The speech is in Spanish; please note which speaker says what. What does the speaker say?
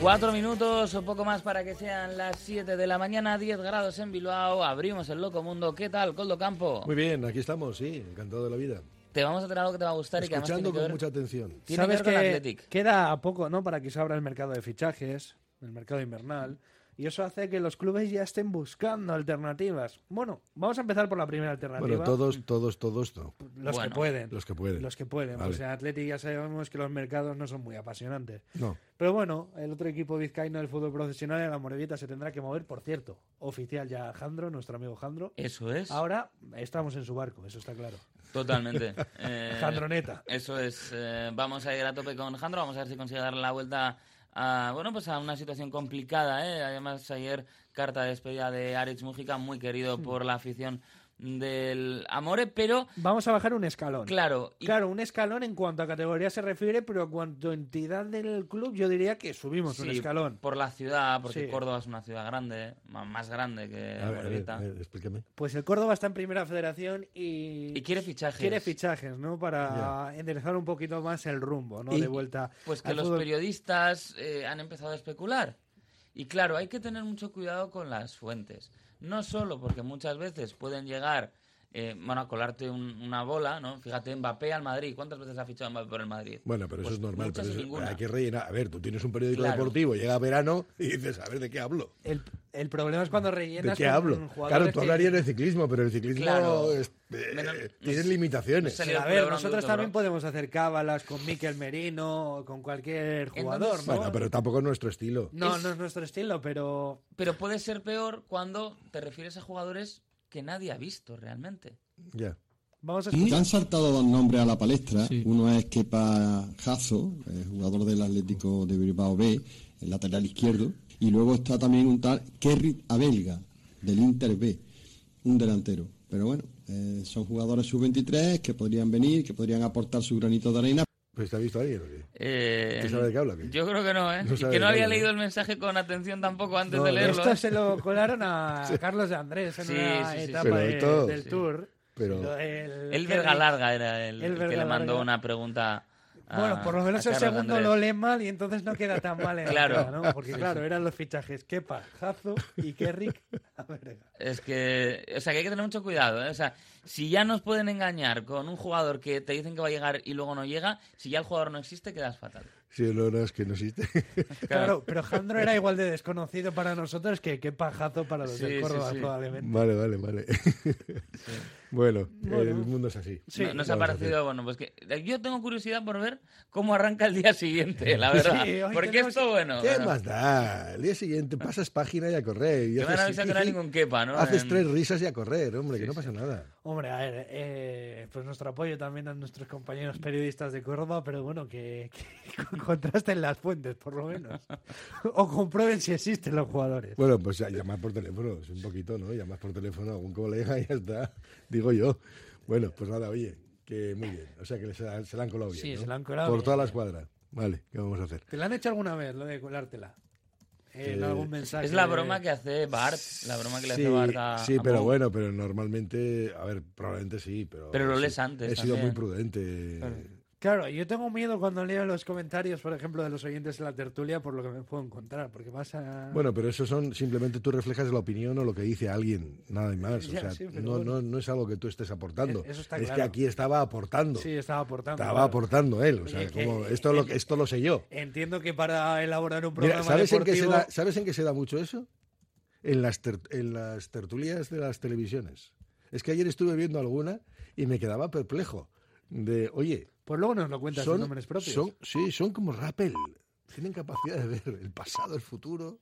Speaker 1: Cuatro minutos o poco más para que sean las 7 de la mañana, 10 grados en Bilbao. Abrimos el Loco Mundo. ¿Qué tal, Coldo Campo?
Speaker 2: Muy bien, aquí estamos, sí, encantado de la vida.
Speaker 1: Te vamos a traer algo que te va a gustar y que además
Speaker 2: Escuchando
Speaker 1: tiene que
Speaker 2: con
Speaker 1: ver,
Speaker 2: mucha atención.
Speaker 1: tiene que
Speaker 3: Sabes
Speaker 1: ver con
Speaker 3: que
Speaker 1: Athletic.
Speaker 3: queda a poco, ¿no? Para que se abra el mercado de fichajes, el mercado invernal. Y eso hace que los clubes ya estén buscando alternativas. Bueno, vamos a empezar por la primera alternativa.
Speaker 2: Bueno, todos, todos, todos, no.
Speaker 3: los
Speaker 1: Bueno,
Speaker 3: que pueden.
Speaker 2: los que pueden.
Speaker 3: Los que pueden.
Speaker 2: Vale.
Speaker 3: Pues en Athletic ya sabemos que los mercados no son muy apasionantes.
Speaker 2: No,
Speaker 3: Pero bueno, el otro equipo vizcaíno del fútbol profesional, en la Morevieta, se tendrá que mover, por cierto. Oficial ya Jandro, nuestro amigo Jandro.
Speaker 1: Eso es.
Speaker 3: Ahora estamos en su barco, eso está claro.
Speaker 1: Totalmente. Eh,
Speaker 3: Jandroneta.
Speaker 1: Eso es. eh, vamos a ir a tope con Jandro. Vamos a ver si consigue darle la vuelta a, bueno, pues a una situación complicada. ¿eh? Además, ayer carta de despedida de Aritz Mújica, muy querido por la afición del Amore, pero
Speaker 3: Vamos a bajar un escalón.
Speaker 1: claro. y-
Speaker 3: Claro, un escalón en cuanto a categoría se refiere, pero en cuanto a entidad del club, yo diría que subimos un
Speaker 1: sí,
Speaker 3: escalón.
Speaker 1: Por la ciudad, porque
Speaker 3: Sí.
Speaker 1: Córdoba es una ciudad grande, ma- más grande que
Speaker 2: a ver, a ver,
Speaker 1: Amorebieta.
Speaker 2: a ver, explícame.
Speaker 3: Pues el Córdoba está en primera federación y,
Speaker 1: Y quiere fichajes.
Speaker 3: quiere fichajes, ¿no? Para enderezar un poquito más el rumbo, ¿no?
Speaker 2: Y-
Speaker 3: de vuelta.
Speaker 1: Pues que
Speaker 3: al
Speaker 1: los
Speaker 3: fútbol.
Speaker 1: periodistas eh, han empezado a especular. Y claro, hay que tener mucho cuidado con las fuentes. No solo porque muchas veces pueden llegar, eh, bueno, a colarte un- una bola, ¿no? Fíjate, Mbappé al Madrid. ¿Cuántas veces ha fichado Mbappé por el Madrid?
Speaker 2: Bueno, pero
Speaker 1: Pues
Speaker 2: eso es normal.
Speaker 1: muchas
Speaker 2: Pero
Speaker 1: y
Speaker 2: eso-
Speaker 1: ninguna.
Speaker 2: hay que rellenar. A ver, tú tienes un periódico
Speaker 1: Claro.
Speaker 2: deportivo, llega verano y dices, a ver, ¿de qué hablo?
Speaker 3: El, el problema es cuando rellenas.
Speaker 2: ¿De qué
Speaker 3: con
Speaker 2: hablo?
Speaker 3: jugadores
Speaker 2: Claro, tú
Speaker 3: que-
Speaker 2: hablarías de ciclismo, pero el ciclismo
Speaker 1: Claro.
Speaker 2: es- eh,
Speaker 1: Menos-
Speaker 2: tiene
Speaker 1: nos-
Speaker 2: limitaciones.
Speaker 1: nos sale-
Speaker 3: Sí, a
Speaker 1: Pero
Speaker 3: ver,
Speaker 1: hablando de
Speaker 3: nosotros
Speaker 1: otro,
Speaker 3: también
Speaker 1: ¿no?
Speaker 3: podemos hacer cábalas con Miquel Merino, o con cualquier jugador,
Speaker 1: Entonces-
Speaker 3: ¿no?
Speaker 2: Bueno, pero tampoco es nuestro estilo.
Speaker 3: No,
Speaker 1: es-
Speaker 3: no es nuestro estilo, pero
Speaker 1: Pero puede ser peor cuando te refieres a jugadores que nadie ha visto realmente.
Speaker 2: Ya.
Speaker 3: vamos a
Speaker 4: Y
Speaker 3: escuchar.
Speaker 4: han saltado dos nombres a la palestra. Uno es Kepa Jazo, eh, jugador del Atlético de Bilbao B, el lateral izquierdo. Y luego está también un tal Kerrit Abelga, del Inter B, un delantero. Pero bueno, eh, son jugadores sub-23 que podrían venir, que podrían aportar su granito de arena.
Speaker 2: Pues te ha visto alguien, ¿o qué?
Speaker 1: Eh,
Speaker 2: ¿Tú sabes de qué habla, o qué?
Speaker 1: Yo creo que no, ¿eh?
Speaker 2: No
Speaker 1: y
Speaker 2: sabe
Speaker 1: que
Speaker 2: de
Speaker 1: no
Speaker 2: qué
Speaker 1: había
Speaker 2: habla,
Speaker 1: leído
Speaker 2: ¿no?
Speaker 1: el mensaje con atención tampoco antes
Speaker 2: No,
Speaker 1: de
Speaker 2: no.
Speaker 1: leerlo.
Speaker 3: Esto
Speaker 1: ¿eh?
Speaker 3: se lo colaron a Carlos de Andrés en
Speaker 1: Sí,
Speaker 3: una
Speaker 1: sí, sí, sí.
Speaker 3: etapa
Speaker 2: Pero
Speaker 3: de-
Speaker 2: esto-
Speaker 3: del
Speaker 2: sí.
Speaker 3: Tour.
Speaker 2: Pero-
Speaker 3: Lo- el,
Speaker 1: El verga larga era el,
Speaker 3: El
Speaker 1: el que
Speaker 3: verga
Speaker 1: le mandó
Speaker 3: larga.
Speaker 1: una pregunta. a-
Speaker 3: Bueno, por lo menos
Speaker 1: Ah, a
Speaker 3: el
Speaker 1: Carlos
Speaker 3: segundo
Speaker 1: Andrés.
Speaker 3: lo lee mal y entonces no queda tan mal en la
Speaker 1: Claro.
Speaker 3: cara, ¿no? Porque claro, eran los fichajes Kepa, Jazo y Kerrick. A verga.
Speaker 1: Es que, o sea, que hay que tener mucho cuidado. ¿eh? O sea, si ya nos pueden engañar con un jugador que te dicen que va a llegar y luego no llega, si ya el jugador no existe, quedas fatal.
Speaker 2: Si no, no, es que no existe.
Speaker 3: Claro. pero Jandro era igual de desconocido para nosotros que Kepa, Jazo para los
Speaker 1: Sí,
Speaker 3: de
Speaker 1: sí,
Speaker 3: Córdoba,
Speaker 1: sí.
Speaker 3: probablemente.
Speaker 2: vale, vale, vale. bueno,
Speaker 3: Bueno.
Speaker 2: el mundo es así.
Speaker 3: Sí.
Speaker 1: No- nos
Speaker 2: Vamos a
Speaker 1: ha
Speaker 2: hacer.
Speaker 1: parecido, bueno, pues que yo tengo curiosidad por ver cómo arranca el día siguiente, la verdad.
Speaker 3: Sí, hoy
Speaker 1: Porque
Speaker 3: tenemos-
Speaker 1: esto, bueno,
Speaker 2: ¿Qué
Speaker 1: bueno,
Speaker 2: más da? El día siguiente pasas página y a correr. Y
Speaker 1: que me han
Speaker 2: haces-
Speaker 1: avisado que no hay ningún quepa, ¿no?
Speaker 2: Haces
Speaker 1: En-
Speaker 2: tres risas y a correr, hombre, que no pasa nada.
Speaker 3: Hombre, a ver, eh, pues nuestro apoyo también a nuestros compañeros periodistas de Córdoba, pero bueno, que, que contrasten las fuentes, por lo menos. o comprueben si existen los jugadores.
Speaker 2: Bueno, pues ya, llamar por teléfono, es un poquito, ¿no? Llamas por teléfono a algún colega y ya está, digo yo. Bueno, pues nada, oye, que muy bien. O sea, que se la, se la han colado bien.
Speaker 3: Sí,
Speaker 2: ¿no?
Speaker 3: se la han colado
Speaker 2: Por
Speaker 3: bien.
Speaker 2: toda la escuadra. Vale, ¿qué vamos a hacer?
Speaker 3: ¿Te la han hecho alguna vez, lo de colártela? En
Speaker 2: Eh,
Speaker 3: algún mensaje.
Speaker 1: Es la broma que hace Bart, la broma que le hace Bart a.
Speaker 2: sí,
Speaker 1: a
Speaker 2: pero
Speaker 1: Moe.
Speaker 2: bueno, pero normalmente, a ver, probablemente sí, pero.
Speaker 1: Pero lo
Speaker 2: sí,
Speaker 1: lees antes
Speaker 2: He sido
Speaker 1: también.
Speaker 2: muy prudente.
Speaker 3: Claro, yo tengo miedo cuando leo los comentarios, por ejemplo, de los oyentes de la tertulia, por lo que me puedo encontrar, porque vas a...
Speaker 2: Bueno, pero eso son simplemente tú reflejas la opinión o lo que dice alguien, nada más. O
Speaker 3: Ya,
Speaker 2: sea,
Speaker 3: sí, pero
Speaker 2: no,
Speaker 3: bueno.
Speaker 2: no, no es algo que tú estés aportando.
Speaker 3: Es- eso está
Speaker 2: es que
Speaker 3: claro.
Speaker 2: aquí estaba aportando.
Speaker 3: sí, estaba aportando.
Speaker 2: estaba
Speaker 3: claro.
Speaker 2: aportando él. O sea,
Speaker 3: Oye, que-
Speaker 2: como, esto, lo, esto lo sé yo.
Speaker 3: Entiendo que para elaborar un programa
Speaker 2: Mira, ¿sabes, en qué se
Speaker 3: deportivo...
Speaker 2: da, ¿Sabes en qué se da mucho eso? En las, ter- en las tertulias de las televisiones. Es que ayer estuve viendo alguna y me quedaba perplejo. De, oye,
Speaker 3: Pues luego nos lo cuentas en
Speaker 2: son,
Speaker 3: nombres propios.
Speaker 2: son- sí, son como Rappel. Tienen capacidad de ver el pasado, el futuro.